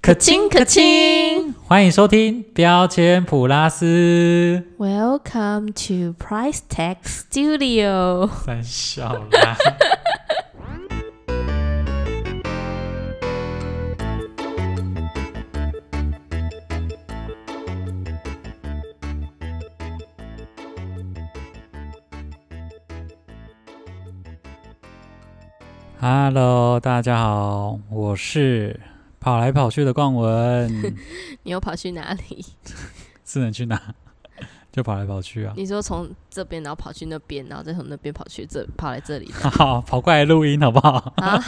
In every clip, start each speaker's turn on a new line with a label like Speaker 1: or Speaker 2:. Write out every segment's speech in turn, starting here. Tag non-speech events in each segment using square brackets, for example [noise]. Speaker 1: 可
Speaker 2: 亲可亲
Speaker 1: 欢迎收听标签普拉斯，
Speaker 2: ，Welcome to Price Tag Studio。
Speaker 1: 三笑啦。Hello，大家好，我是跑来跑去的冠文，
Speaker 2: [laughs] 你又跑去哪 [laughs] 里？
Speaker 1: 是能去哪就跑来跑去啊。
Speaker 2: 你说从这边，然后跑去那边，然后再从那边跑去这，跑来这里
Speaker 1: 好，跑过来录音好
Speaker 2: [laughs]
Speaker 1: 不好？
Speaker 2: 啊！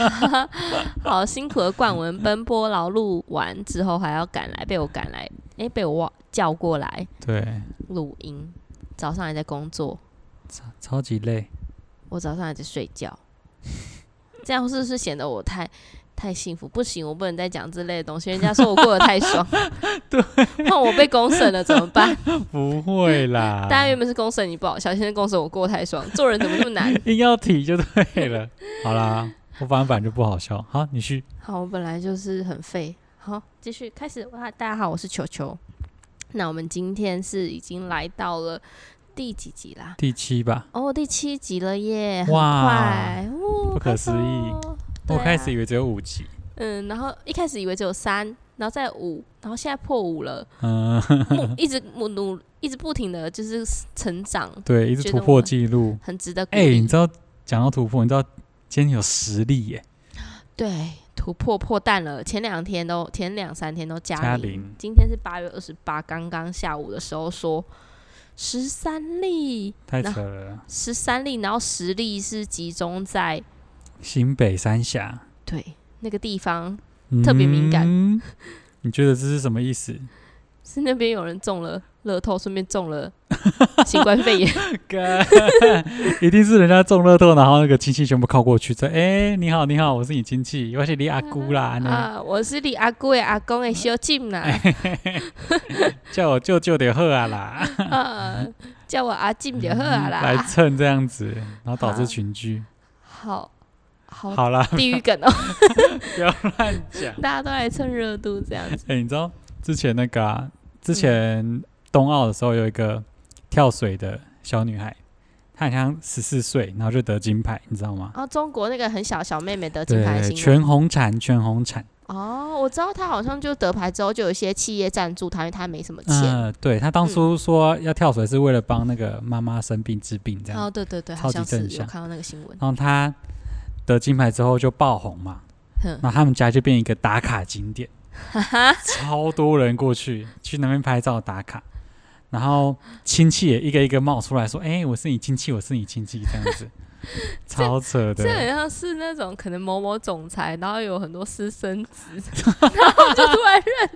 Speaker 2: 好辛苦的冠文奔波劳碌完之后，还要赶来，被我赶来，诶，被我哇叫过来
Speaker 1: 对，
Speaker 2: 录音。早上还在工作，
Speaker 1: 超超级累。
Speaker 2: 我早上还在睡觉。 [laughs] 这样是不是显得我太太幸福？不行，我不能再讲这类的东西。人家说我过得太 [laughs] 爽，
Speaker 1: 对，
Speaker 2: 那我被公审了怎么办？
Speaker 1: 不会啦，
Speaker 2: 大家原本是公审你不好笑，现在公审我过得太
Speaker 1: [laughs]
Speaker 2: 爽，做人怎么那么难？
Speaker 1: 硬要提就对了。好啦，我反正反正就不好笑。好，你去。
Speaker 2: 好，我本来就是很废。好，继续开始。哇，大家好，我是球球。那我们今天是已经来到了第几集啦？
Speaker 1: 第七吧，
Speaker 2: 哦，第七集了耶，很
Speaker 1: 哇
Speaker 2: 快，哦、
Speaker 1: 不可思议
Speaker 2: 快走。对
Speaker 1: 我
Speaker 2: 啊
Speaker 1: 开始以为只有五集，
Speaker 2: 嗯，然后一开始以为只有三，然后再五，然后现在破五了，
Speaker 1: 嗯，
Speaker 2: 努一直努努，一直不停的就是成长，
Speaker 1: [laughs] 对，一直
Speaker 2: 觉
Speaker 1: 突
Speaker 2: 得
Speaker 1: 破
Speaker 2: 我
Speaker 1: 记录。
Speaker 2: 很值得鼓
Speaker 1: 哎、你
Speaker 2: 励。
Speaker 1: 知道讲到突破，你知道今天有实力耶、
Speaker 2: 对，突破破蛋了，前两天都前两三天都加
Speaker 1: 嘉
Speaker 2: 零
Speaker 1: 玲
Speaker 2: 今天是八月二十八，刚刚下午的时候说十三例，
Speaker 1: 太
Speaker 2: 那
Speaker 1: 扯了。
Speaker 2: 十三例，然后十例是集中在
Speaker 1: 新北三峡、
Speaker 2: 对那个地方，特别敏感
Speaker 1: 嗯你觉得这是什么意思？
Speaker 2: 是那边有人中了乐透，顺便中了新冠肺炎。
Speaker 1: 干 [laughs] 一定是人家中乐透，然后那个亲戚全部靠过去，说：“哎、你好，你好，我是你亲戚，我是你阿姑
Speaker 2: [laughs]
Speaker 1: 啦，那、
Speaker 2: 啊，我是你阿姑的阿公的小静啦，
Speaker 1: [laughs]
Speaker 2: 嗯
Speaker 1: 叫我舅舅的好啊啦，
Speaker 2: 啊，叫我阿静就好啊
Speaker 1: 嗯 [laughs] 来
Speaker 2: 啦。
Speaker 1: 蹭这样子，然后导致
Speaker 2: 好
Speaker 1: 群聚。
Speaker 2: 好好
Speaker 1: 好啦，
Speaker 2: 地狱梗哦，
Speaker 1: [laughs] 不要乱
Speaker 2: [laughs]
Speaker 1: 讲。
Speaker 2: 大家都来蹭热度这样子。
Speaker 1: 哎、你知道之前那个、啊，之前冬奥的时候有一个跳水的小女孩，她好像十四岁，然后就得金牌，你知道吗？
Speaker 2: 然后哦中国那个很小小妹妹得金牌
Speaker 1: 对，
Speaker 2: 新闻
Speaker 1: 全红婵，全红婵。
Speaker 2: 哦，我知道她好像就得牌之后，就有一些企业赞助她，因为她没什么钱。
Speaker 1: 嗯、对她当初说要跳水是为了帮那个妈妈生病治病这样
Speaker 2: 哦，对对对，
Speaker 1: 超
Speaker 2: 好像
Speaker 1: 级正
Speaker 2: 是有
Speaker 1: 向
Speaker 2: 看到那个新闻。
Speaker 1: 然后他得金牌之后就爆红嘛，
Speaker 2: 哼
Speaker 1: 然后他们家就变一个打卡景点， [laughs] 超多人过去去那边拍照打卡，然后亲戚也一个一个冒出来说：“哎、我是你亲戚，我是你亲戚。”这样子，超扯
Speaker 2: 这很
Speaker 1: 的。
Speaker 2: 像是那种可能某某总裁，然后有很多私生子， [laughs] 然后就突然认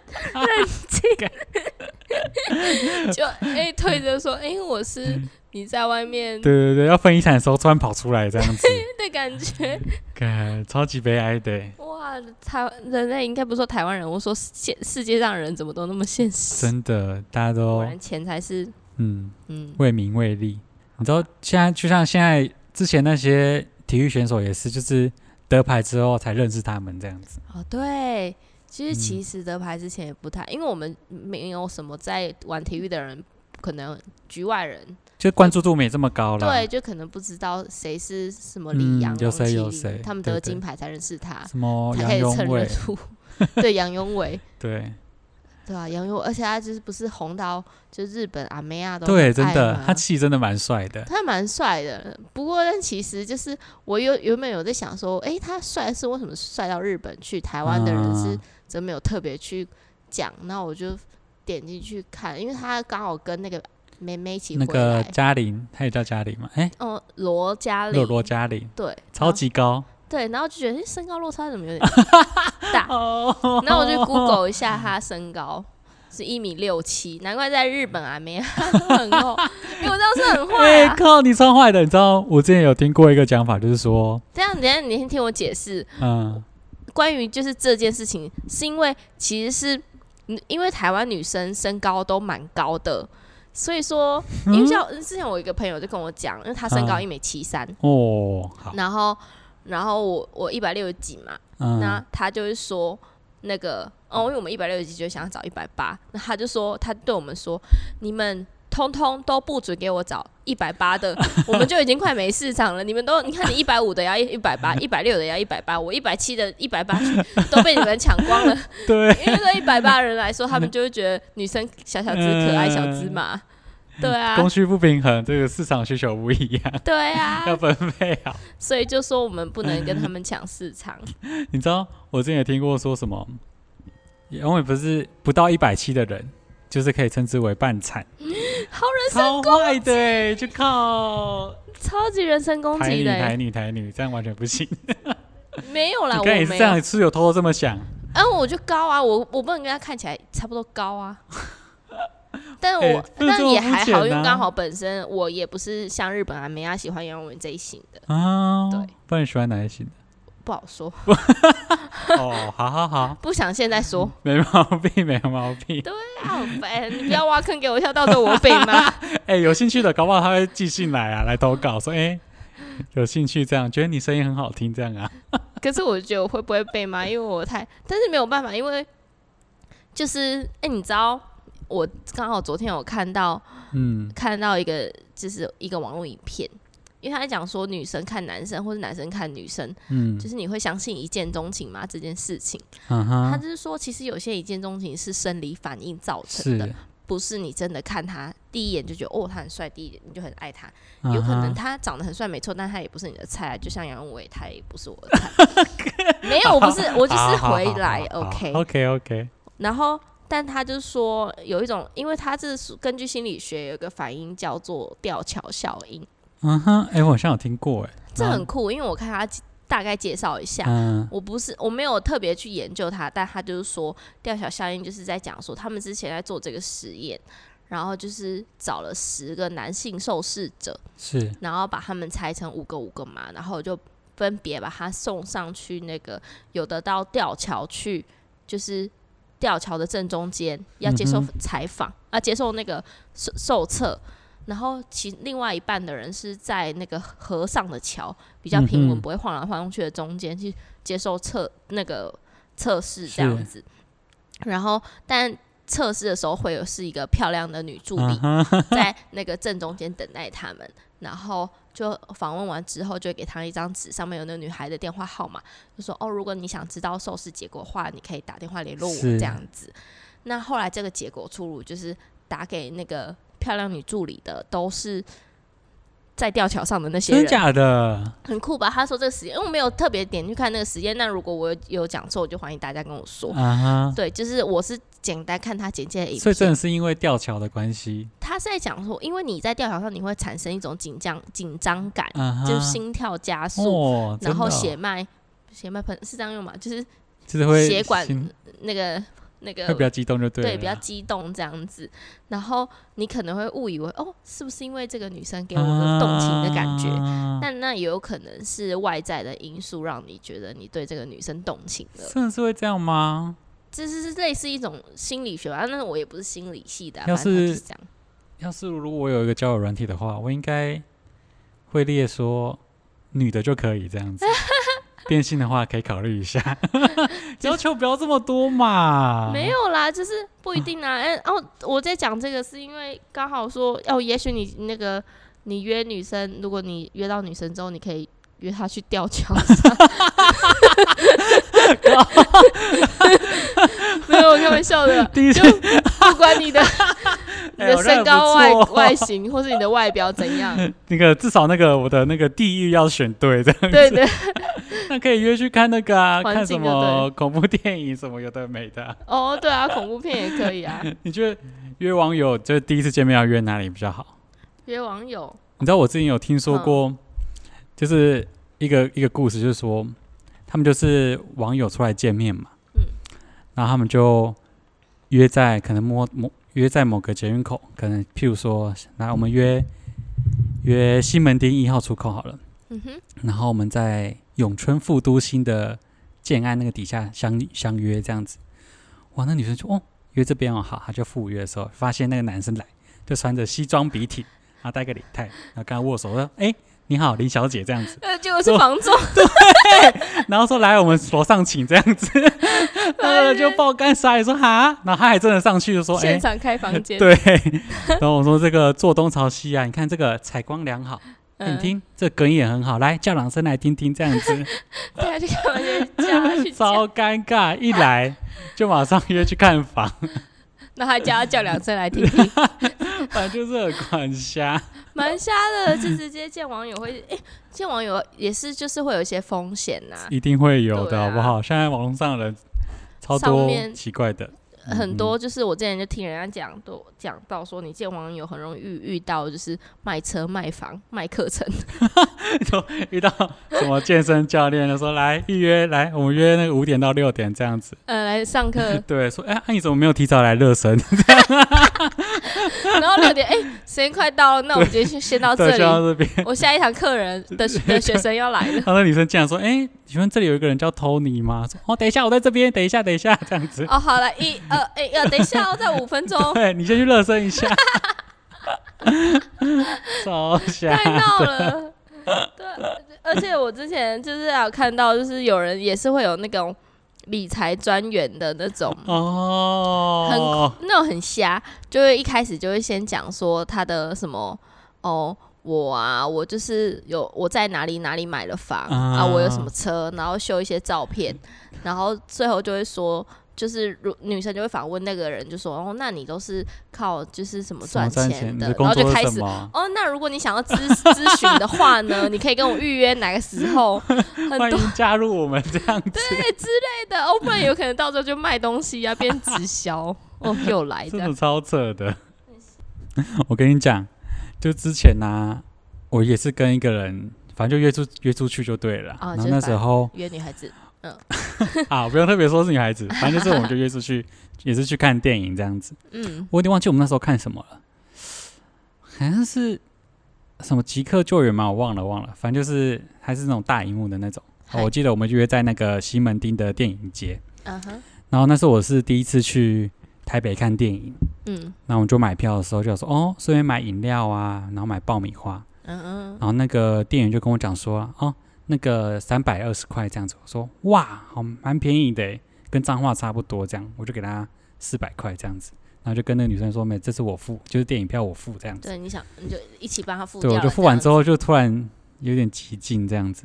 Speaker 2: 认亲，就哎、推着说哎、我是
Speaker 1: 嗯
Speaker 2: 你在外面
Speaker 1: 对对对，要分遗产的时候突然跑出来这样子，
Speaker 2: [laughs] 的感觉，
Speaker 1: 干超级悲哀的，欸
Speaker 2: 哇，台人类应该不是说台湾人，我说世世界上人怎么都那么现实，
Speaker 1: 真的，大家
Speaker 2: 果
Speaker 1: 都
Speaker 2: 然钱才是
Speaker 1: 嗯
Speaker 2: 嗯
Speaker 1: 为名为利。你知道现在就像现在之前那些体育选手也是，就是得牌之后才认识他们这样子。
Speaker 2: 哦，对，其实
Speaker 1: 嗯
Speaker 2: 其实得牌之前也不太，因为我们没有什么在玩体育的人，可能局外人，
Speaker 1: 就关注度没这么高了。
Speaker 2: 对，，就可能不知道谁是什么
Speaker 1: 嗯
Speaker 2: 李阳、
Speaker 1: 有
Speaker 2: 王
Speaker 1: 谁
Speaker 2: 麒
Speaker 1: 有
Speaker 2: 麟
Speaker 1: 谁
Speaker 2: 他们
Speaker 1: 对
Speaker 2: 得
Speaker 1: 对
Speaker 2: 金牌才认识他，
Speaker 1: 什么
Speaker 2: 才可
Speaker 1: 杨
Speaker 2: 以
Speaker 1: 永
Speaker 2: 蹭热
Speaker 1: 伟，
Speaker 2: 度。 [laughs] 对，杨永伟，
Speaker 1: 对
Speaker 2: 对啊，杨永伟，而且他就是不是红到就日本阿妹啊都
Speaker 1: 对，
Speaker 2: 很
Speaker 1: 真
Speaker 2: 爱
Speaker 1: 的
Speaker 2: 吗，
Speaker 1: 他气真的蛮帅的。
Speaker 2: 他蛮帅的，不过但其实就是我有原本有在想说，诶，他帅是为什么帅到日本去？台湾的人是
Speaker 1: 嗯
Speaker 2: 真没有特别去讲，那我就点进去看，因为他刚好跟那个妹妹一起
Speaker 1: 那
Speaker 2: 回
Speaker 1: 个
Speaker 2: 来，
Speaker 1: 嘉玲，他也叫嘉玲嘛？哎，
Speaker 2: 哦，罗嘉
Speaker 1: 洛
Speaker 2: 玲，
Speaker 1: 罗嘉玲，
Speaker 2: 对，
Speaker 1: 超级高
Speaker 2: 对，然后就觉得诶身高落差怎么有点大，
Speaker 1: [laughs] 哦
Speaker 2: 然后我就 Google 一下他身高。是一米六七，难怪在日本啊，没 [laughs] 很厚，因为我当时很坏
Speaker 1: 哎
Speaker 2: 啊。
Speaker 1: 靠，你超坏的！你知道我之前有听过一个讲法，就是说，
Speaker 2: 这样，等一下你先听我解释，
Speaker 1: 嗯，
Speaker 2: 关于就是这件事情，是因为其实是嗯因为台湾女生身高都蛮高的，所以说，因为像之前我有一个朋友就跟我讲，因为她身高
Speaker 1: 啊
Speaker 2: 一米七三，
Speaker 1: 哦，好，
Speaker 2: 然后然后我我一百六十几嘛，
Speaker 1: 嗯，
Speaker 2: 那她就会说。那个哦，因为我们一百六十集就想找一百八，那他就说他对我们说，你们通通都不准给我找一百八的，
Speaker 1: [laughs]
Speaker 2: 我们就已经快没市场了。你们都你看你一百五的要一百
Speaker 1: [laughs]
Speaker 2: 八，一百六的要一百八，我一百七的一百八都被你们抢光
Speaker 1: [laughs]
Speaker 2: 了。
Speaker 1: 对，
Speaker 2: 因为对一百八人来说，他们就会觉得女生小小只可爱小芝麻，
Speaker 1: 嗯
Speaker 2: 对啊
Speaker 1: 供，需不平衡，这个市场需求不一样，
Speaker 2: 对啊，
Speaker 1: [laughs] 要分配好。
Speaker 2: 所以就说我们不能跟他们抢市场。
Speaker 1: 你知道我之前也听过说什么，永远不是不到一百七的人，就是可以称之为半残，
Speaker 2: 好人
Speaker 1: 超坏的、欸，就靠
Speaker 2: 超级人身攻
Speaker 1: 台
Speaker 2: 击
Speaker 1: 女
Speaker 2: 的、
Speaker 1: 台
Speaker 2: 欸，
Speaker 1: 女台女，这样完全不行。
Speaker 2: 没有啦，
Speaker 1: 你
Speaker 2: 我
Speaker 1: 刚也是
Speaker 2: 没
Speaker 1: 这样，
Speaker 2: 有。
Speaker 1: 是有偷偷这么想，
Speaker 2: 啊，我就高啊，我我不能跟他看起来差不多高啊。 [laughs] 但是我、
Speaker 1: 哎不能这
Speaker 2: 但
Speaker 1: 么
Speaker 2: 也还
Speaker 1: 肤浅
Speaker 2: 好，因
Speaker 1: 啊
Speaker 2: 为刚好本身我也不是像日本阿美亚喜欢杨文这一型的，
Speaker 1: 啊，
Speaker 2: 对，
Speaker 1: 不然你喜欢哪一型的？
Speaker 2: 不好说，
Speaker 1: 哦，好好好，
Speaker 2: 不想现在说。
Speaker 1: 没毛病，没毛病。
Speaker 2: 好烦，你不要挖坑给我跳，到时候我被骂。 [laughs]
Speaker 1: 哎、有兴趣的，搞不好他会寄信来啊，来投稿说，哎、有兴趣这样，觉得你声音很好听这样啊。
Speaker 2: 可是我觉得我会不会被骂，因为我太……但是没有办法，因为就是哎、你知道，我刚好昨天有看到
Speaker 1: 嗯，
Speaker 2: 看到一个就是一个网络影片，因为他在讲说女生看男生或者男生看女生，
Speaker 1: 嗯
Speaker 2: 就是你会相信一见钟情吗这件事情？
Speaker 1: 嗯
Speaker 2: 他
Speaker 1: 哼，
Speaker 2: 就是说，其实有些一见钟情是生理反应造成
Speaker 1: 是
Speaker 2: 的，，不是你真的看他第一眼就觉得哦他很帅，第一眼你就很爱他。
Speaker 1: 嗯
Speaker 2: 有可能
Speaker 1: 哼
Speaker 2: 他长得很帅没错，但他也不是你的菜啊，就像杨伟他也不是我的菜。没有，我不是，我就是回来，OK。
Speaker 1: OK OK，
Speaker 2: 然后，但他就说有一种，因为他这是根据心理学有一个反应叫做吊桥效应，
Speaker 1: 嗯哼，哎，我好像有听过，哎，
Speaker 2: 这
Speaker 1: 然后
Speaker 2: 很酷，因为我看他大概介绍一下。
Speaker 1: 嗯
Speaker 2: 我不是我没有特别去研究它，但他就是说吊桥效应就是在讲说他们之前在做这个实验，然后就是找了十个男性受试者，
Speaker 1: 是
Speaker 2: 然后把他们拆成五个五个嘛，然后就分别把他送上去那个有的到吊桥去，就是吊桥的正中间要接受
Speaker 1: 嗯
Speaker 2: 采访、啊，接受那个受受测。然后其另外一半的人是在那个河上的桥比较平稳，
Speaker 1: 嗯哼
Speaker 2: 不会晃来晃去的中间去接受测那个测试这样
Speaker 1: 是
Speaker 2: 子。然后但测试的时候会有是一个漂亮的女助理，
Speaker 1: 嗯哼
Speaker 2: 在那个正中间等待他们，然后就访问完之后，就给他一张纸，上面有那女孩的电话号码，就说哦，如果你想知道受试结果的话，你可以打电话联络我
Speaker 1: 是
Speaker 2: 这样子。那后来这个结果出炉，就是打给那个漂亮女助理的都是在吊桥上的那些
Speaker 1: 真
Speaker 2: 人，
Speaker 1: 假的？
Speaker 2: 很酷吧？他说这个实验，因为我没有特别点去看那个实验，那如果我有有讲错，我就欢迎大家跟我说。
Speaker 1: 啊
Speaker 2: 对，就是我是简单看他简介的影片，
Speaker 1: 哈，所以真的是因为吊桥的关系，
Speaker 2: 他是在讲说，因为你在吊桥上，你会产生一种紧张紧张感，
Speaker 1: 啊哈，
Speaker 2: 就是心跳加速，
Speaker 1: 哦，
Speaker 2: 然后
Speaker 1: 真的哦
Speaker 2: 血脉血脉喷是这样用嘛？就是
Speaker 1: 就是会
Speaker 2: 血管
Speaker 1: 心
Speaker 2: 那个那
Speaker 1: 会比较
Speaker 2: 个
Speaker 1: 激动就对了，
Speaker 2: 对比较激动这样子，然后你可能会误以为哦，是不是因为这个女生给我个动情的感觉？
Speaker 1: 啊
Speaker 2: 但那也有可能是外在的因素让你觉得你对这个女生动情了，
Speaker 1: 真的是会这样吗？
Speaker 2: 这是是类似一种心理学吧？那我也不是心理系的啊、
Speaker 1: 要
Speaker 2: 反正它就是这样。
Speaker 1: 要是如果我有一个交友软体的话，我应该会列说女的就可以这
Speaker 2: [laughs]
Speaker 1: 样子，变性的话可以考虑一下， [laughs] 要求不要这么多嘛。
Speaker 2: 没有啦，就是不一
Speaker 1: [laughs]
Speaker 2: 定啦。哎、哦，我在讲这个是因为刚好说，哦，也许你那个你约女生，如果你约到女生之后，你可以约她去吊桥
Speaker 1: [laughs]
Speaker 2: 上。没有，我开玩笑
Speaker 1: [laughs]
Speaker 2: 的，
Speaker 1: 第一次
Speaker 2: 就不管你的你
Speaker 1: [laughs] 哎
Speaker 2: 的
Speaker 1: 我觉得
Speaker 2: 身高
Speaker 1: 很
Speaker 2: 外、
Speaker 1: 不错哦
Speaker 2: 外形，或是你的外表怎
Speaker 1: [laughs]
Speaker 2: 样，
Speaker 1: 那个至少那个我的那个地域要选对，
Speaker 2: [laughs]
Speaker 1: 这样
Speaker 2: 对对，
Speaker 1: 那可以约去看那个啊，
Speaker 2: 环
Speaker 1: 看什
Speaker 2: 境
Speaker 1: 么恐怖电影什么有的没的啊。
Speaker 2: 哦，对啊，恐怖片也可以啊，
Speaker 1: 你觉得约网友就是第一次见面要约哪里比较好？
Speaker 2: 约网友，
Speaker 1: 你知道我之前有听说过，
Speaker 2: 嗯
Speaker 1: 就是一个一个故事，就是说他们就是网友出来见面嘛，
Speaker 2: 嗯
Speaker 1: 然后他们就约在可能摸某约在某个捷运口，可能譬如说，来我们约约西门町一号出口好了，
Speaker 2: 嗯哼，
Speaker 1: 然后我们在永春副都新的建安那个底下相相约这样子。哇，那女生就哦约这边哦好，她就赴约的时候发现那个男生来，就穿着西装笔挺，然后戴个领带，然后跟他握手说：“哎，你好，林小姐”这样子，
Speaker 2: 呃，结果是房仲，
Speaker 1: 然后说来我们楼上请这样子， [laughs] 然后就爆肝傻眼说哈，然后他还真的上去就说：“哎、
Speaker 2: 现场开房间，
Speaker 1: [laughs] 对。”然后我说：“这个坐东朝西啊，你看这个采光良好，哎你
Speaker 2: 嗯，
Speaker 1: 听这隔音也很好，来叫两声来听听这样子。”
Speaker 2: 对啊，就干嘛去叫他
Speaker 1: [laughs]
Speaker 2: 去叫，
Speaker 1: 超尴尬，一来就马上约去看 [laughs] 房，
Speaker 2: 那还叫他叫两声来听听，
Speaker 1: 反正就是很管辖。
Speaker 2: 蛮瞎的，就直接见网友会，哎，见网友也是就是会有一些风险呐，
Speaker 1: [laughs] 一定会有的，
Speaker 2: 对啊
Speaker 1: 好不好？现在网络上的人超
Speaker 2: 上
Speaker 1: 多
Speaker 2: 面
Speaker 1: 奇怪的，
Speaker 2: 很多就是我之前就听人家讲，都讲到说你见网友很容易遇遇到就是卖车、卖房、卖课程， [laughs]
Speaker 1: 遇到什么健身教练的说来预约，来我们约那个五点到六点这样子。，
Speaker 2: 呃，来上课
Speaker 1: 对，说哎，啊你怎么没有提早来热身？
Speaker 2: 然后六点，哎、时间快到了，那我们就先先到这
Speaker 1: [laughs] 对，就到
Speaker 2: 里。
Speaker 1: 啊这边。
Speaker 2: 我下一堂客人的的学生要来了，
Speaker 1: 然后那女生竟然说：“哎、请问这里有一个人叫 Tony 吗？”说：“哦，等一下，我在这边，等一下，等一下，这样 [laughs] 子。，
Speaker 2: 哦，好了，一二，哎、呃，等一下、哦，再五分钟
Speaker 1: 对你先去热身一 [laughs] 下，超吓 [laughs]
Speaker 2: 太闹了。对，而且我之前就是还有看到，就是有人也是会有那种理财专员的那种
Speaker 1: 哦，
Speaker 2: 那种很瞎，就会一开始就会先讲说他的什么哦，我啊，我就是有我在哪里哪里买了房啊
Speaker 1: 啊
Speaker 2: 我有什么车，然后秀一些照片，然后最后就会说。就是如女生就会反问那个人，就说：“哦，那你都是靠就是什么
Speaker 1: 什
Speaker 2: 赚
Speaker 1: 么赚
Speaker 2: 钱
Speaker 1: 你
Speaker 2: 的？”
Speaker 1: 的
Speaker 2: 然
Speaker 1: 工
Speaker 2: 后就
Speaker 1: 作
Speaker 2: 开
Speaker 1: 是
Speaker 2: 始
Speaker 1: 什么？
Speaker 2: 哦，那如果你想要咨咨
Speaker 1: [laughs]
Speaker 2: 询的话呢，你可以跟我预约哪个时候，很多
Speaker 1: 欢迎加入我们这样子，
Speaker 2: [laughs] 对之类的，哦，不然有可能到时候就卖东西啊，变直
Speaker 1: [laughs]
Speaker 2: 销，哦，又来这
Speaker 1: 真
Speaker 2: 样
Speaker 1: 的。 [laughs] 超扯
Speaker 2: [laughs]
Speaker 1: 的。
Speaker 2: 嗯
Speaker 1: 我跟你讲，就之前呢、我也是跟一个人，反正就约出约出去就对了。
Speaker 2: 哦
Speaker 1: 然后
Speaker 2: 就是
Speaker 1: 那
Speaker 2: 反
Speaker 1: 时候
Speaker 2: 约女孩子，
Speaker 1: 啊，不用特别说是女孩
Speaker 2: [laughs]
Speaker 1: 子，反正就是我们就约出去，也是去看电影这样子。
Speaker 2: 嗯，
Speaker 1: 我有点忘记我们那时候看什么了，好像是什么《极客救援》嘛，我忘了忘了，反正就是还是那种大荧幕的那种。哦
Speaker 2: 嗨
Speaker 1: 我记得我们就约在那个西门町的电影节，
Speaker 2: 嗯哼，
Speaker 1: 然后那时候我是第一次去台北看电影，
Speaker 2: 嗯
Speaker 1: 那我们就买票的时候就说哦，顺便买饮料啊，然后买爆米花，
Speaker 2: 嗯
Speaker 1: 然后那个店员就跟我讲说哦，那个三百二十块这样子，我说哇，好蛮便宜的耶，跟彰化差不多这样，我就给他四百块这样子，然后就跟那个女生说没，这是我付，就是电影票我付这样
Speaker 2: 嗯，
Speaker 1: 子，
Speaker 2: 对，你想你就一起帮他付掉
Speaker 1: 对，
Speaker 2: 了，
Speaker 1: 我就付完之
Speaker 2: 后，
Speaker 1: 后就突然有点激进这样子，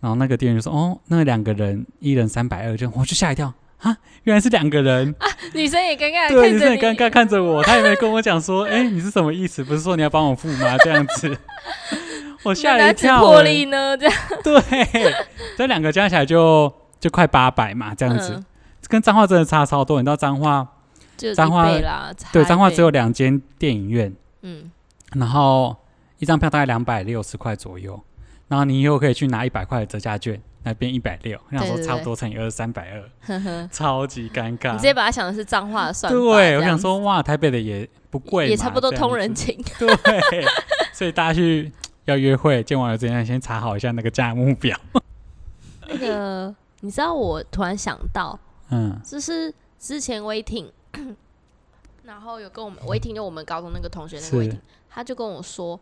Speaker 1: 然后那个店员就说哦，那两个人一人三百二，就我就吓一跳啊，原来是两个人。
Speaker 2: 女生也尴尬，
Speaker 1: 对，
Speaker 2: 看
Speaker 1: 你
Speaker 2: 着
Speaker 1: 是
Speaker 2: 你
Speaker 1: 很尴尬，看着我，他也没跟我
Speaker 2: [laughs]
Speaker 1: 讲说，哎、你是什么意思？不是说你要帮我付吗？这样子，我
Speaker 2: 你的
Speaker 1: 吓了一
Speaker 2: 男子
Speaker 1: 跳、
Speaker 2: 魄
Speaker 1: 哎
Speaker 2: 力呢，这样
Speaker 1: 对，这两个加起来就就快八百嘛，这样子，
Speaker 2: 嗯
Speaker 1: 跟彰化真的差超多。你知道彰化，
Speaker 2: 就
Speaker 1: 彰化
Speaker 2: 一倍啦，差
Speaker 1: 对，
Speaker 2: 一欸
Speaker 1: 彰化
Speaker 2: 倍
Speaker 1: 只有两间电影院，
Speaker 2: 嗯，
Speaker 1: 然后一张票大概两百六十块左右，然后你又可以去拿一百块的折价券，那变一百六，那
Speaker 2: 对
Speaker 1: 说
Speaker 2: 对
Speaker 1: 差不
Speaker 2: 对
Speaker 1: 多乘以二三百二，
Speaker 2: [laughs] 呵呵，
Speaker 1: 超级尴
Speaker 2: 你
Speaker 1: 尬
Speaker 2: 直。接把他想的是脏话的算法，
Speaker 1: 啊对，我
Speaker 2: 这样
Speaker 1: 想说，哇，台北的也不贵嘛，
Speaker 2: 也差不多
Speaker 1: 这样
Speaker 2: 通
Speaker 1: 子
Speaker 2: 人 [laughs] 情，
Speaker 1: [laughs] 对，所以大家去要约会、见网友之前，先查好一下那个价目表。
Speaker 2: 那个呃你知道我突然想到，
Speaker 1: 嗯，
Speaker 2: 就是之前威霆， [clears throat] 然后有跟我们威霆就我们高中那个同学那个威
Speaker 1: 是
Speaker 2: 霆，他就跟我说，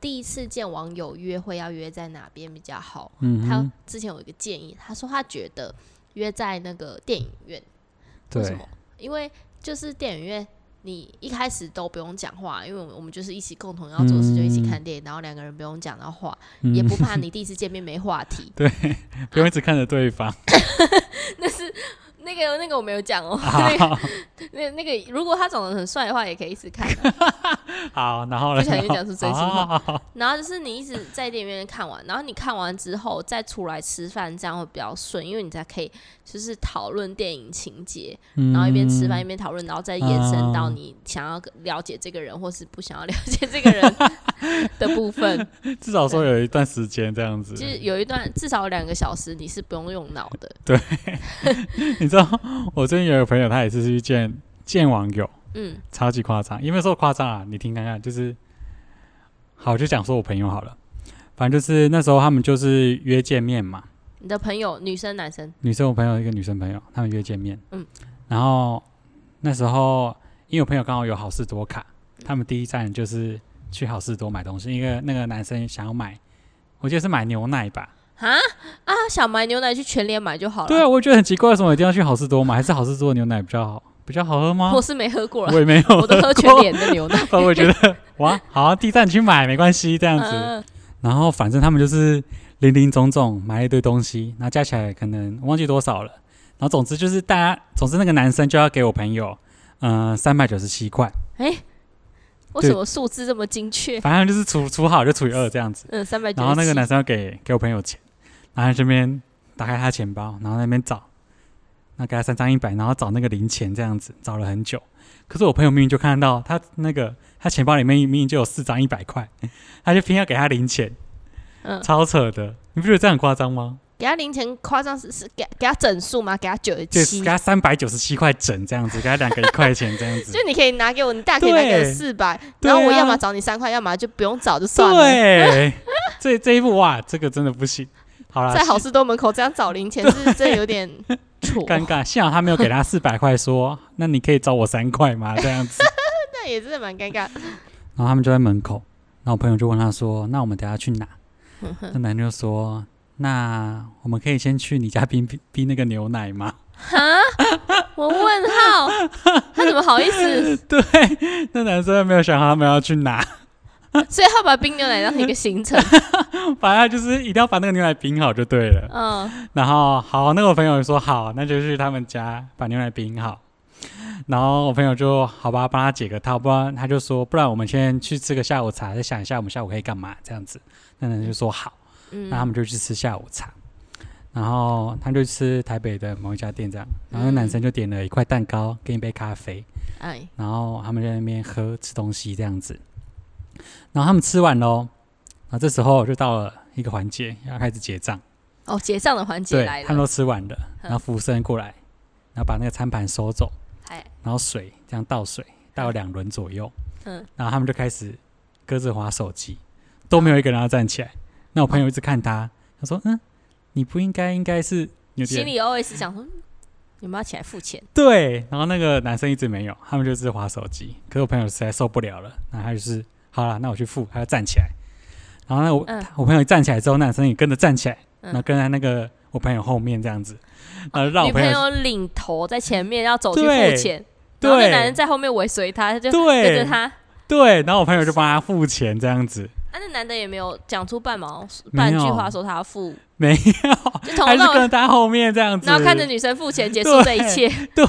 Speaker 2: 第一次见网友约会要约在哪边比较好。
Speaker 1: 嗯
Speaker 2: 他
Speaker 1: 哼，
Speaker 2: 之前有一个建议，他说他觉得约在那个电影院，为什
Speaker 1: 对
Speaker 2: 么？因为就是电影院，你一开始都不用讲话，因为我们我们就是一起共同要做的事，就一起看电影，然后两个人不用讲到话，
Speaker 1: 嗯。
Speaker 2: 也不怕你第一次见面没话题
Speaker 1: 对，不用一直看着对方。
Speaker 2: 那是那个那个我没有讲哦，
Speaker 1: 好
Speaker 2: 那个那那个如果他长得很帅的话，也可以一直看啊、
Speaker 1: 好，然 [laughs] 后呢？
Speaker 2: 不小心讲出真心话
Speaker 1: 好好好好
Speaker 2: 然后就是你一直在电影院看完，然后你看完之后再出来吃饭，这样会比较顺，因为你才可以就是讨论电影情节，然后一边吃饭一边讨论，然后再延伸到你想要了解这个人或是不想要了解这个人的部分。
Speaker 1: 嗯至少说有一段时间这样子。
Speaker 2: 就是有一段至少有两个小时你是不用用脑的，
Speaker 1: 你知道，我最近有一个朋友，他也是去见见网友，
Speaker 2: 嗯
Speaker 1: 超级夸张，也没有说夸张啊，你听看看，就是，好，我就讲说我朋友好了，反正就是那时候他们就是约见面嘛，
Speaker 2: 你的朋友女生男生，
Speaker 1: 女生我朋友一个女生朋友，他们约见面，
Speaker 2: 嗯
Speaker 1: 嗯，然后那时候因为我朋友刚好有好事多卡，他们第一站就是去好事多买东西，因为那个男生想要买我记得是买牛奶吧。
Speaker 2: 啊啊！想买牛奶去全联买就好了。
Speaker 1: 对啊，我觉得很奇怪，为什么我一定要去好事多买？还是好事多的牛奶比较好，比较好喝吗？
Speaker 2: 我是没喝过了啊
Speaker 1: 我，也没有，
Speaker 2: 我都喝全。联的牛奶。
Speaker 1: [laughs] 我也觉得哇，好、啊，第三你去买没关系，这样子。
Speaker 2: 嗯
Speaker 1: 然后反正他们就是零零总总买了一堆东西，然后加起来可能忘记多少了。然后总之就是大家，总之那个男生就要给我朋友，嗯，三百九十七块，
Speaker 2: 为什么数字这么精确？
Speaker 1: 反正就是除除好就除以二这样子。
Speaker 2: 嗯，三百九。
Speaker 1: 然后那个男生要给给我朋友钱，然后他这边打开他钱包，然后在那边找，那给他三张一百，然后找那个零钱这样子，找了很久。可是我朋友明明就看到他那个他钱包里面明明就有四张一百块，他就偏要给他零钱，
Speaker 2: 嗯，
Speaker 1: 超扯的。你不觉得这样很夸张吗？
Speaker 2: 给他零钱夸张是是给给他整数吗？给他九十
Speaker 1: 就是
Speaker 2: 七
Speaker 1: 给。他三百九十七块整这样子，给他两个一块钱这样
Speaker 2: [laughs]
Speaker 1: 子
Speaker 2: 就。你可以拿给我，你大可以拿给我
Speaker 1: 对
Speaker 2: 四百，
Speaker 1: 对
Speaker 2: 然
Speaker 1: 啊
Speaker 2: 后我要么找你三块，要么就不用找就算了。
Speaker 1: 对，这这一步哇，这个真的不行。好啦，
Speaker 2: 在好事多门口这样找零钱，是真的有点挫，
Speaker 1: 尴尬，幸好他没有给他四百块，说那你可以找我三块吗？这样子。
Speaker 2: [laughs] 那也真的蛮尴尬。
Speaker 1: 然后他们就在门口，然后我朋友就问他说：“那我们等下去
Speaker 2: [laughs]
Speaker 1: 哪？”
Speaker 2: 嗯
Speaker 1: 那男人就说：“那我们可以先去你家冰 [laughs] 冰冰那个牛奶吗 [laughs]
Speaker 2: 哈，我问号，他怎么好意
Speaker 1: [laughs]
Speaker 2: 思？？”
Speaker 1: 对，那男生没有想好他们要去哪，
Speaker 2: 所以他把冰牛奶当成一个行程。
Speaker 1: 反正他就是一定要把那个牛奶冰好就对了。
Speaker 2: 嗯，
Speaker 1: 然后好，那个我朋友说好，那就去他们家把牛奶冰好。然后我朋友就好吧，帮他解个套，不然他就说，不然我们先去吃个下午茶，再想一下我们下午可以干嘛这样子。那男生就说好，
Speaker 2: 嗯
Speaker 1: 那他们就去吃下午茶，然后他就吃台北的某一家店这样，然后那男生就点了一块蛋糕跟一杯咖啡，
Speaker 2: 哎，
Speaker 1: 然后他们就在那边喝吃东西这样子，然后他们吃完喽，然后这时候就到了一个环节要开始结账，
Speaker 2: 哦，结账的环节
Speaker 1: 对
Speaker 2: 来，
Speaker 1: 他们
Speaker 2: 了。
Speaker 1: 都吃完了，然后服务生过来，然后把那个餐盘收走，
Speaker 2: 哎，
Speaker 1: 然后水这样倒水倒两轮左右，
Speaker 2: 嗯，
Speaker 1: 然后他们就开始各自划手机，都没有一个人要站起来。那我朋友一直看他，他说：“嗯，你不应该，应该是有
Speaker 2: 心
Speaker 1: 点
Speaker 2: 里 OS 想说，嗯有没有要起来付钱？
Speaker 1: 对。”然后那个男生一直没有，他们就是划手机。可是我朋友实在受不了了，然后他就是好了，那我去付，他就站起来。然后那我、
Speaker 2: 嗯
Speaker 1: 他我朋友一站起来之后，那男生也跟着站起来，
Speaker 2: 嗯哦
Speaker 1: 然后跟在那个我朋友后面这样子，然后让我
Speaker 2: 女
Speaker 1: 朋
Speaker 2: 朋
Speaker 1: 友
Speaker 2: 友领头在前面要走去付
Speaker 1: 对
Speaker 2: 钱，然后那
Speaker 1: 对
Speaker 2: 男人在后面尾随他，他就跟着
Speaker 1: 对
Speaker 2: 他。
Speaker 1: 对，然后我朋友就帮他付钱这样子，
Speaker 2: 啊，那男的也没有讲出半毛
Speaker 1: 没
Speaker 2: 半句
Speaker 1: 有
Speaker 2: 话说他要付，
Speaker 1: 没有，
Speaker 2: 就从
Speaker 1: 还
Speaker 2: 头
Speaker 1: 是
Speaker 2: 到尾
Speaker 1: 跟在后面这样子，
Speaker 2: 然后看着女生付钱结束这一切，
Speaker 1: 对，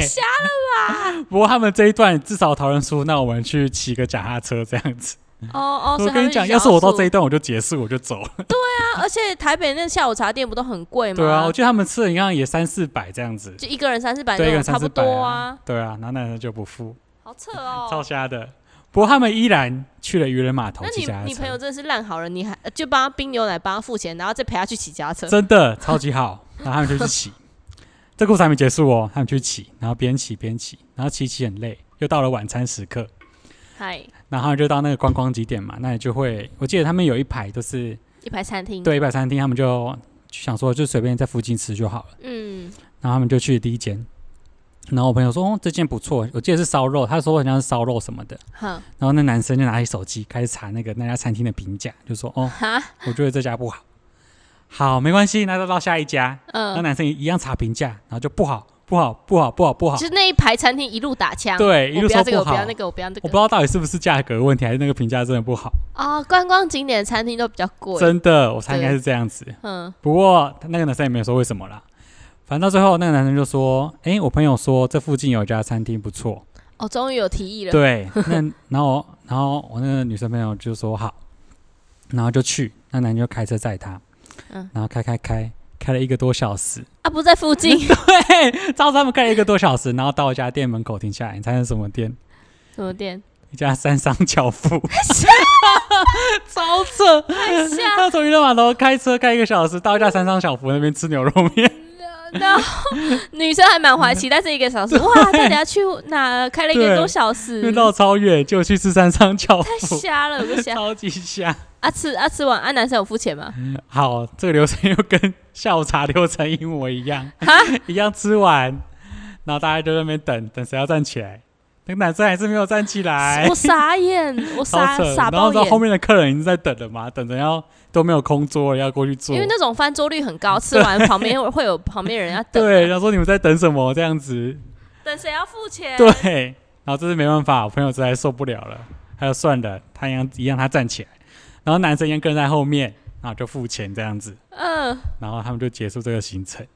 Speaker 2: 瞎
Speaker 1: 了吧？不过他们这一段至少讨论出，那我们去骑个脚踏车这样子。
Speaker 2: 哦哦，所以
Speaker 1: 我
Speaker 2: 他
Speaker 1: 跟
Speaker 2: 们
Speaker 1: 你讲，
Speaker 2: 就
Speaker 1: 要是我到
Speaker 2: 付
Speaker 1: 这一段我就结束，我就走了。
Speaker 2: 啊，而且台北那下午茶店不都很贵吗？
Speaker 1: 对啊，我觉得他们吃的一样也三四百这样子，
Speaker 2: 就一个人三四百
Speaker 1: 对，
Speaker 2: 那
Speaker 1: 一个
Speaker 2: 种，差
Speaker 1: 人三
Speaker 2: 不
Speaker 1: 四
Speaker 2: 多
Speaker 1: 百
Speaker 2: 啊，。
Speaker 1: 对啊，然后那人就不付，
Speaker 2: 好扯哦。
Speaker 1: 超瞎的。不过他们依然去了渔人码头
Speaker 2: 那
Speaker 1: 骑
Speaker 2: 你
Speaker 1: 脚踏
Speaker 2: 你朋友
Speaker 1: 车，
Speaker 2: 真的是烂好人，你还呃就帮他冰牛奶，帮他付钱，然后再陪他去骑脚踏车。
Speaker 1: 真的超级好。然后他们就去骑，这故事还没结束哦，他们去骑，然后边骑边骑，然后骑骑很累，又到了晚餐时刻，
Speaker 2: 嗨，
Speaker 1: 然后他们就到那个观光景点嘛，那你就会，我记得他们有一排都是
Speaker 2: 一排餐厅。，
Speaker 1: 对，一百餐厅他们就想说就随便在附近吃就好了，
Speaker 2: 嗯，
Speaker 1: 然后他们就去第一间，然后我朋友说哦这间不错，我记得是烧肉，他说好像是烧肉什么的，
Speaker 2: 好
Speaker 1: 然后那男生就拿起手机开始查那个那家餐厅的评价，就说哦
Speaker 2: 哈，
Speaker 1: 我觉得这家不好，好没关系，那就到下一家，那
Speaker 2: 嗯，
Speaker 1: 男生一样查评价，然后就不好不好不好不好不好
Speaker 2: 就，是那一排餐厅一路打枪。，
Speaker 1: 对，一
Speaker 2: 我
Speaker 1: 路
Speaker 2: 不要
Speaker 1: 说
Speaker 2: 这个，我不
Speaker 1: 好
Speaker 2: 要，那个，我不要那
Speaker 1: 我
Speaker 2: 个
Speaker 1: 不知。道到底是不是价格问题，还是那个评价真的不好，
Speaker 2: 哦，观光景点的餐厅都比较贵。
Speaker 1: 真的，我猜应该
Speaker 2: 对
Speaker 1: 是这样子，
Speaker 2: 嗯，
Speaker 1: 不过他那个男生也没有说为什么啦。反正到最后，那个男生就说：“诶，我朋友说这附近有一家餐厅不错。
Speaker 2: 哦，终于有提议”了。，
Speaker 1: 对，那然后然后我那个女生朋友就说好，然后就去，那男生就开车载她，
Speaker 2: 嗯
Speaker 1: 然后开开开，开了一个多小时，
Speaker 2: 啊，不在附
Speaker 1: [laughs]
Speaker 2: 近
Speaker 1: 对，照他们开了一个多小时，然后到一家店门口停下来，你猜是什么店？
Speaker 2: 什么店？
Speaker 1: 一家三商巧
Speaker 2: [laughs]
Speaker 1: 妇， [laughs]
Speaker 2: 超扯，太吓
Speaker 1: 他从娱乐码头开车开一个小时，到一家三商巧妇那边吃牛肉面，
Speaker 2: 嗯然后女生还蛮怀
Speaker 1: [laughs]
Speaker 2: 期待这一个小时，哇！到底要去哪？开了一个
Speaker 1: 对
Speaker 2: 多小
Speaker 1: 因
Speaker 2: 时，
Speaker 1: 为绕超远，就去吃三商巧
Speaker 2: 太
Speaker 1: 妇，
Speaker 2: 瞎了，有个
Speaker 1: [laughs]
Speaker 2: 瞎。
Speaker 1: 超级瞎。
Speaker 2: 啊吃啊吃完啊，男生有付钱吗？
Speaker 1: 好，这个流程又跟下午茶流程一模一样，一样吃完，然后大家就在那边等等谁要站起来，那个男生还是没有站起来
Speaker 2: 我，傻眼，我傻
Speaker 1: 好扯。
Speaker 2: 傻
Speaker 1: 然后
Speaker 2: 爆
Speaker 1: 到后
Speaker 2: 眼。
Speaker 1: 面的客人已经在等了嘛，等着要都没有空桌了，要过去坐
Speaker 2: 因为。那种翻桌率很高，吃完旁边 [laughs] 会有旁边人要等，啊
Speaker 1: 对，然后说你们在等什么这样子？
Speaker 2: 等谁要付钱？
Speaker 1: 对，然后这是没办法，我朋友实在受不了了，他就算了，他一样一样他站起来，然后男生一样跟在后面，然后就付钱这样子，
Speaker 2: 嗯，
Speaker 1: 然后他们就结束这个行程，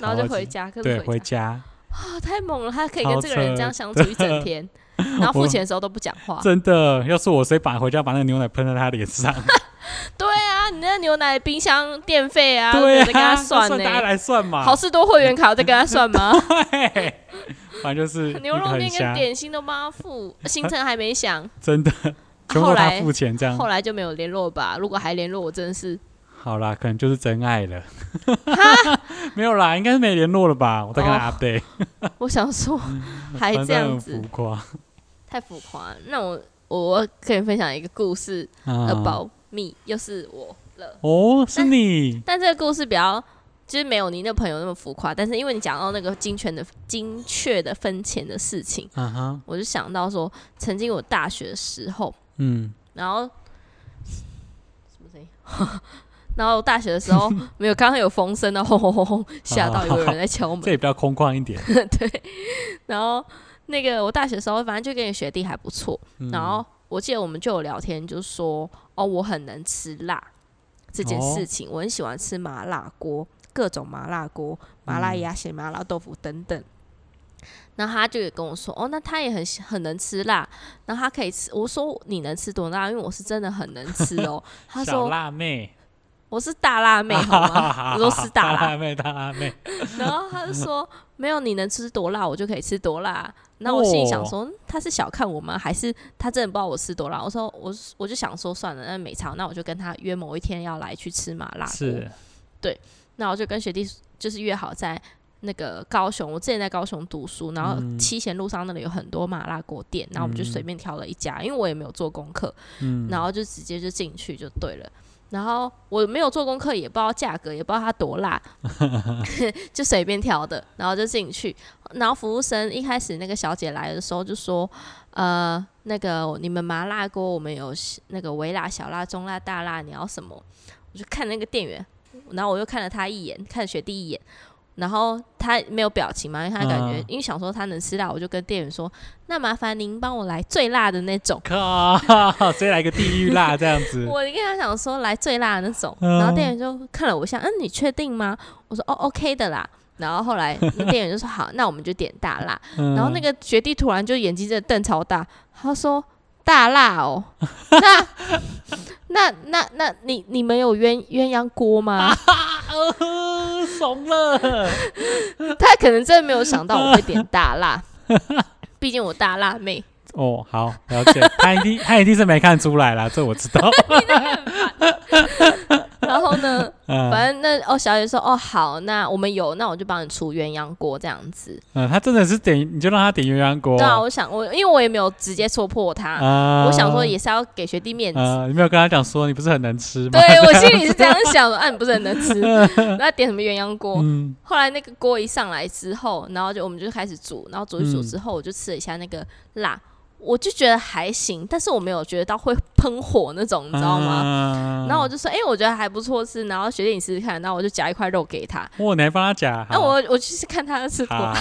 Speaker 2: 然后就
Speaker 1: 超
Speaker 2: 回
Speaker 1: 级
Speaker 2: 家，跟
Speaker 1: 对
Speaker 2: 着
Speaker 1: 回
Speaker 2: 回家。
Speaker 1: 家，
Speaker 2: 啊，太猛了！他可以跟这个人这样相处
Speaker 1: 超扯
Speaker 2: 一整
Speaker 1: [laughs]
Speaker 2: 天，然后付
Speaker 1: 我
Speaker 2: 钱的时候都不讲话。
Speaker 1: 真的，要是我谁把回家把那个牛奶喷在他脸上，
Speaker 2: 对啊，你那牛奶冰箱电费啊，
Speaker 1: 对
Speaker 2: 我得跟
Speaker 1: 啊，
Speaker 2: 他
Speaker 1: 就
Speaker 2: 算
Speaker 1: 大家 [laughs]
Speaker 2: 呢。
Speaker 1: 来算嘛，
Speaker 2: 好事多会员卡我再跟他算
Speaker 1: [laughs]
Speaker 2: 吗？
Speaker 1: 啊对，反正就是一
Speaker 2: 牛
Speaker 1: 个
Speaker 2: 肉
Speaker 1: 很
Speaker 2: 面跟
Speaker 1: 瞎，
Speaker 2: 点心都帮他付，行程还没想，
Speaker 1: 真的， [laughs] 全部
Speaker 2: 后
Speaker 1: 他啊
Speaker 2: 来
Speaker 1: 付钱这样，
Speaker 2: 后来就没有联络吧。如果还联络，我真的是
Speaker 1: 好啦，可能就是真爱了， [laughs] 没有啦，应该是没联络了吧，我再跟他 update，
Speaker 2: 我想说，还
Speaker 1: 嗯反
Speaker 2: 这
Speaker 1: 正
Speaker 2: 样
Speaker 1: 很
Speaker 2: 子
Speaker 1: 浮夸，
Speaker 2: 太浮夸了。那我我我可以分享一个故事
Speaker 1: 啊
Speaker 2: about me，又是我了。
Speaker 1: 哦，是你
Speaker 2: 但这个故事比较就是没有你那朋友那么浮夸，但是因为你讲到那个金钱的精确的分钱的事情，
Speaker 1: 啊哈，
Speaker 2: 我就想到说，曾经我大学的时候，
Speaker 1: 嗯，
Speaker 2: 然后什么声音？ [laughs] 然后大学的时候没有，刚刚有风声，然后轰轰轰轰，吓到有人在敲
Speaker 1: 这
Speaker 2: 门。
Speaker 1: 也比较空旷一点，
Speaker 2: 对，然后那个我大学的时候，反正就跟你学弟还不错，
Speaker 1: 嗯
Speaker 2: 然后我记得我们就有聊天，就说哦，我很能吃辣这件
Speaker 1: 哦
Speaker 2: 事情，我很喜欢吃麻辣锅，各种麻辣锅、麻辣鸭血、麻辣豆腐等等。然后他就也跟我说，哦，那他也很喜很能吃辣，然后他可以吃。我说你能吃多辣？因为我是真的很能吃
Speaker 1: [laughs]
Speaker 2: 哦。他
Speaker 1: 小
Speaker 2: 说
Speaker 1: 辣妹，
Speaker 2: 我是大辣妹，好吗？我
Speaker 1: [laughs]
Speaker 2: 说是大辣
Speaker 1: 辣妹，大辣妹，
Speaker 2: 然后他就说：“没有，你能吃多辣，我就可以吃多辣。”那我心里想说，嗯他是小看我吗？还是他真的不知道我吃多辣？我说，我我就想说，算了，那没差，那我就跟他约某一天要来去吃麻辣锅。
Speaker 1: 是，
Speaker 2: 那我就跟学弟就是约好在那个高雄，我之前在高雄读书，然后
Speaker 1: 嗯
Speaker 2: 七贤路上那里有很多麻辣锅店，然后我们就随便挑了一家，因为我也没有做功课，
Speaker 1: 嗯，
Speaker 2: 然后就直接就进去就对了。然后我没有做功课，也不知道价格，也不知道它多
Speaker 1: [laughs]
Speaker 2: 辣，就随便挑的，然后就进去。然后服务生一开始那个小姐来的时候就说：“呃，那个你们麻辣锅我们有那个微辣、小辣、中辣、大辣，你要什么？”我就看那个店员，然后我又看了他一眼，看学弟一眼，然后他没有表情嘛，因为他感觉、
Speaker 1: 嗯
Speaker 2: 因为想说他能吃辣，我就跟店员说：“那麻烦您帮我来最辣的那种。”
Speaker 1: 靠，再来个地狱辣这样子，
Speaker 2: 我跟他讲说来最辣的那种，
Speaker 1: 嗯
Speaker 2: 然后店员就看了我一下，嗯，你确定吗？我说哦，OK 的啦。然后后来那店员就说好，那我们就点大辣。
Speaker 1: 然
Speaker 2: 然后那个学弟突然就眼睛真的瞪超大，他说大辣哦，那那那那你你们有鸳鸳鸯锅吗？ [laughs]
Speaker 1: 呃，怂了，
Speaker 2: 他可能真的没有想到我会点大
Speaker 1: [laughs]
Speaker 2: 辣，毕竟我大辣妹。
Speaker 1: 哦，好，了
Speaker 2: [laughs]
Speaker 1: 解，他一定他一定是没看出来啦，这我知道，
Speaker 2: 然后呢，
Speaker 1: [laughs] 嗯
Speaker 2: 反正那哦小姐说哦好，那我们有，那我就帮你出鸳鸯锅这样子。
Speaker 1: 嗯，他真的是点，你就让他点鸳鸯锅，
Speaker 2: 对啊，我想我因为我也没有直接戳破他，
Speaker 1: 哦啊
Speaker 2: 我想说也是要给学弟面子。
Speaker 1: 啊，你没有跟他讲说你不是很能吃吗？
Speaker 2: 对我心里是这样想的，啊，你不是很能吃，那点什么鸳鸯锅？
Speaker 1: [laughs] 嗯，
Speaker 2: 后来那个锅一上来之后，然后就我们就开始煮，然后煮一煮
Speaker 1: 嗯
Speaker 2: 之后，我就吃了一下那个辣，我就觉得还行，但是我没有觉得到会喷火那种，你知道吗？
Speaker 1: 吗
Speaker 2: 然后我就说，哎、我觉得还不错吃，然后学弟你试试看，然后我就夹一块肉给他，
Speaker 1: 哦哇，你还帮他夹？
Speaker 2: 那我我就是看他吃多，
Speaker 1: 啊，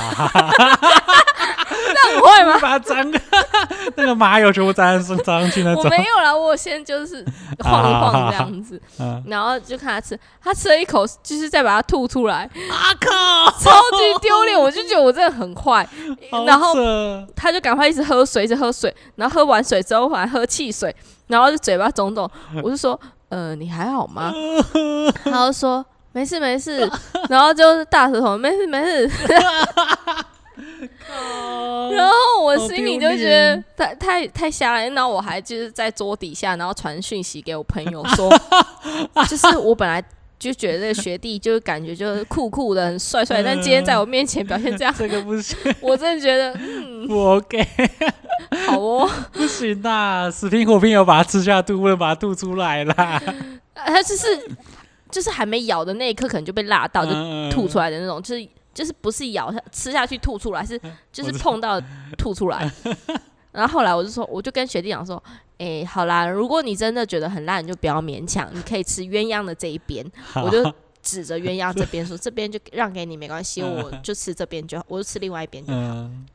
Speaker 2: 那不会吗？
Speaker 1: 把它粘 [laughs] 那个麻油全部粘上粘上去那
Speaker 2: [laughs] 我
Speaker 1: 种。
Speaker 2: 没有
Speaker 1: [laughs]
Speaker 2: 啦，我先就是晃一晃这样子，
Speaker 1: 嗯
Speaker 2: 然后就看他吃，他吃了一口，就是再把它吐出
Speaker 1: [laughs]
Speaker 2: 来，
Speaker 1: 啊靠！
Speaker 2: 超级丢脸。我就觉得我真的很坏，
Speaker 1: 好
Speaker 2: 然后
Speaker 1: 扯
Speaker 2: 他就赶快一直喝水，一直喝水，然后喝完水之后还喝汽水，然后就嘴巴肿肿。我就说，呃，你还好吗？然后说没事没事， [laughs] 然后就是大舌头，没事没事。然后我心里就觉得太太太瞎了，然后我还就是在桌底下，然后传讯息给我朋友说，就是我本来就觉得这个学弟就是感觉就是酷酷的，很帅帅，但今天在我面前表现这样，
Speaker 1: 这个不行，
Speaker 2: 我真的觉得嗯
Speaker 1: 不 OK，
Speaker 2: 好哦，
Speaker 1: 不行啦！死拼活拼要把它吃下肚，不能把它吐出来啦，
Speaker 2: 呃啊他就是就是还没咬的那一刻可能就被辣到，就
Speaker 1: 嗯
Speaker 2: 吐出来的那种，就是就是不是咬下吃下去吐出来，
Speaker 1: [laughs]
Speaker 2: 是就是
Speaker 1: 我知
Speaker 2: 碰到吐出来。
Speaker 1: [laughs]
Speaker 2: 然后后来我就说，我就跟学弟讲说，哎、好啦，如果你真的觉得很烂，你就不要勉强，你可以吃鸳鸯的这一
Speaker 1: [laughs]
Speaker 2: 边。
Speaker 1: 嗯
Speaker 2: 我就指着鸳鸯这边说，这边就让给你没关系，我就吃这边就好，我就吃另外一边就好。
Speaker 1: 嗯，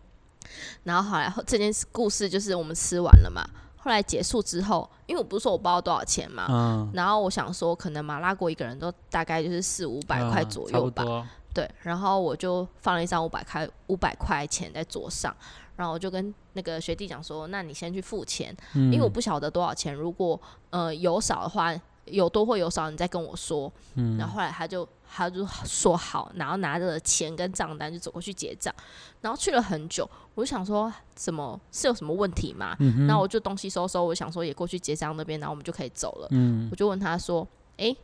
Speaker 2: 然后后来后这件事故事就是我们吃完了嘛，后来结束之后，因为我不是说我包多少钱嘛，
Speaker 1: 嗯，
Speaker 2: 然后我想说可能麻辣锅一个人都大概就是四五百块左
Speaker 1: 嗯啊差
Speaker 2: 右
Speaker 1: 不
Speaker 2: 吧，
Speaker 1: 多。
Speaker 2: 对，然后我就放了一张五百块五百块钱在桌上，然后我就跟那个学弟讲说，那你先去付钱，
Speaker 1: 因
Speaker 2: 因为我不晓得多少钱，如果呃有少的话，有多或有少，你再跟我说。
Speaker 1: 嗯
Speaker 2: 然后后来他就他就说好，然后拿着钱跟账单就走过去结账，然后去了很久，我就想说怎么是有什么问题吗？
Speaker 1: 嗯哼
Speaker 2: 然后我就东西收收，我想说也过去结账那边，然后我们就可以走了。
Speaker 1: 嗯
Speaker 2: 我就问他说，诶，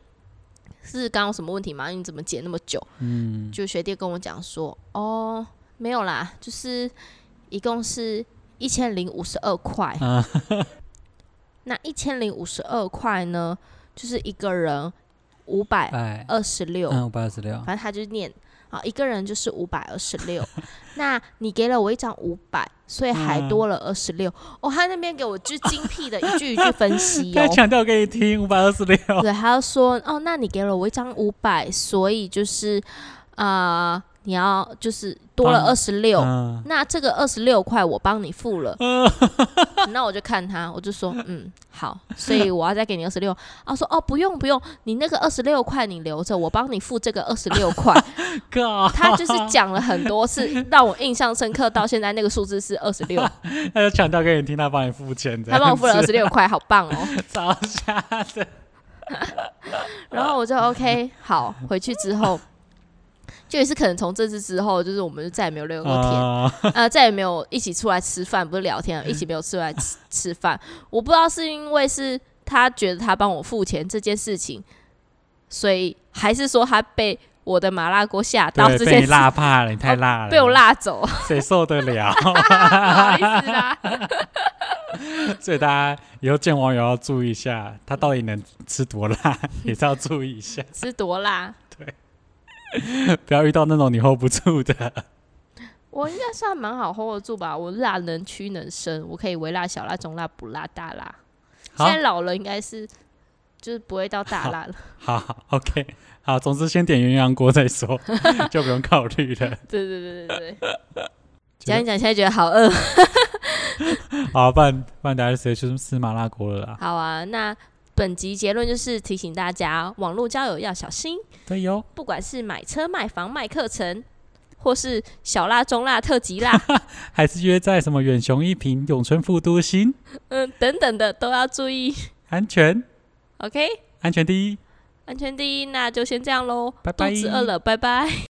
Speaker 2: 是刚刚有什么问题吗？你怎么结那么久？
Speaker 1: 嗯
Speaker 2: 就学弟跟我讲说，哦，没有啦，就是一共是一千零五十二块。
Speaker 1: 啊
Speaker 2: 那一千零五十二块呢，就是一个人五百
Speaker 1: 哎，
Speaker 2: 二十六，
Speaker 1: 嗯，五百二十六，
Speaker 2: 反正他就念啊，一个人就是五百二十六。那你给了我一张五百，所以还
Speaker 1: 嗯
Speaker 2: 多了二十六。哦，他那边给我就精辟的一句一句分
Speaker 1: [laughs]
Speaker 2: 析
Speaker 1: 再
Speaker 2: 哦。
Speaker 1: 强调给你听，五百二十六， [laughs]
Speaker 2: 对，他就说哦，那你给了我一张五百，所以就是啊、呃你要就是多了
Speaker 1: 帮
Speaker 2: 二十六。
Speaker 1: 嗯
Speaker 2: 那这个二十六块我帮你付
Speaker 1: [laughs]
Speaker 2: 了，
Speaker 1: 嗯
Speaker 2: 那我就看他，我就说，嗯，好，所以我要再给你二十六。啊，说哦，不用不用，你那个二十六块你留着，我帮你付这个二十六
Speaker 1: [laughs]
Speaker 2: 块。
Speaker 1: 靠，
Speaker 2: 他就是讲了很多次，让我印象深刻，到现在那个数字是二十
Speaker 1: [laughs]
Speaker 2: 六，
Speaker 1: 他就强调给你听，他帮你付钱，这
Speaker 2: 他帮我付了
Speaker 1: 样
Speaker 2: 二
Speaker 1: 子
Speaker 2: 十六块，好棒哦。
Speaker 1: [laughs] 超瞎的，
Speaker 2: 然后我
Speaker 1: 嗯
Speaker 2: 就 OK，好，回去之后。就也是可能从这次之后，就是我们就再也没有聊过天，
Speaker 1: 啊
Speaker 2: 呃，再也没有一起出来吃饭，不是聊天啊，一起没有出来吃吃饭。我不知道是因为是他觉得他帮我付钱这件事情，所以还是说他被我的麻辣锅吓到
Speaker 1: 对，
Speaker 2: 这
Speaker 1: 被
Speaker 2: 件
Speaker 1: 你
Speaker 2: 事，
Speaker 1: 辣怕了，你太辣了，
Speaker 2: 哦被我，辣走，
Speaker 1: 谁受得了？
Speaker 2: 不好意思啦。
Speaker 1: 所以大家以后见网友要注意一下，他到底能吃多辣，也是要注意一下，
Speaker 2: 吃多辣？
Speaker 1: 不要遇到那种你 hold 不住的。
Speaker 2: 我应该算蛮好 hold 得住吧，我辣能屈能伸，我可以微辣、小辣、中辣、不辣、大辣。现
Speaker 1: 好
Speaker 2: 在老了应该是就是不会到大辣了，
Speaker 1: 好好，OK，好，总之先点鸳鸯锅再说， [laughs] 就不用考虑了。
Speaker 2: [laughs] 对对对对对。讲一讲，现在觉得好饿。
Speaker 1: 好，不然不然大家直接去吃麻辣锅了啦。
Speaker 2: 好啊，那本集结论就是提醒大家，网络交友要小心，
Speaker 1: 对哟，
Speaker 2: 不管是买车、卖房、卖课程，或是小辣、中辣、特级辣，
Speaker 1: [laughs] 还是约在什么远雄一平、永春富都新，
Speaker 2: 嗯，等等的都要注意。
Speaker 1: 安全
Speaker 2: OK，
Speaker 1: 安全第一。
Speaker 2: 安全第一，那就先这样喽。
Speaker 1: 拜拜
Speaker 2: 肚子饿了，拜拜。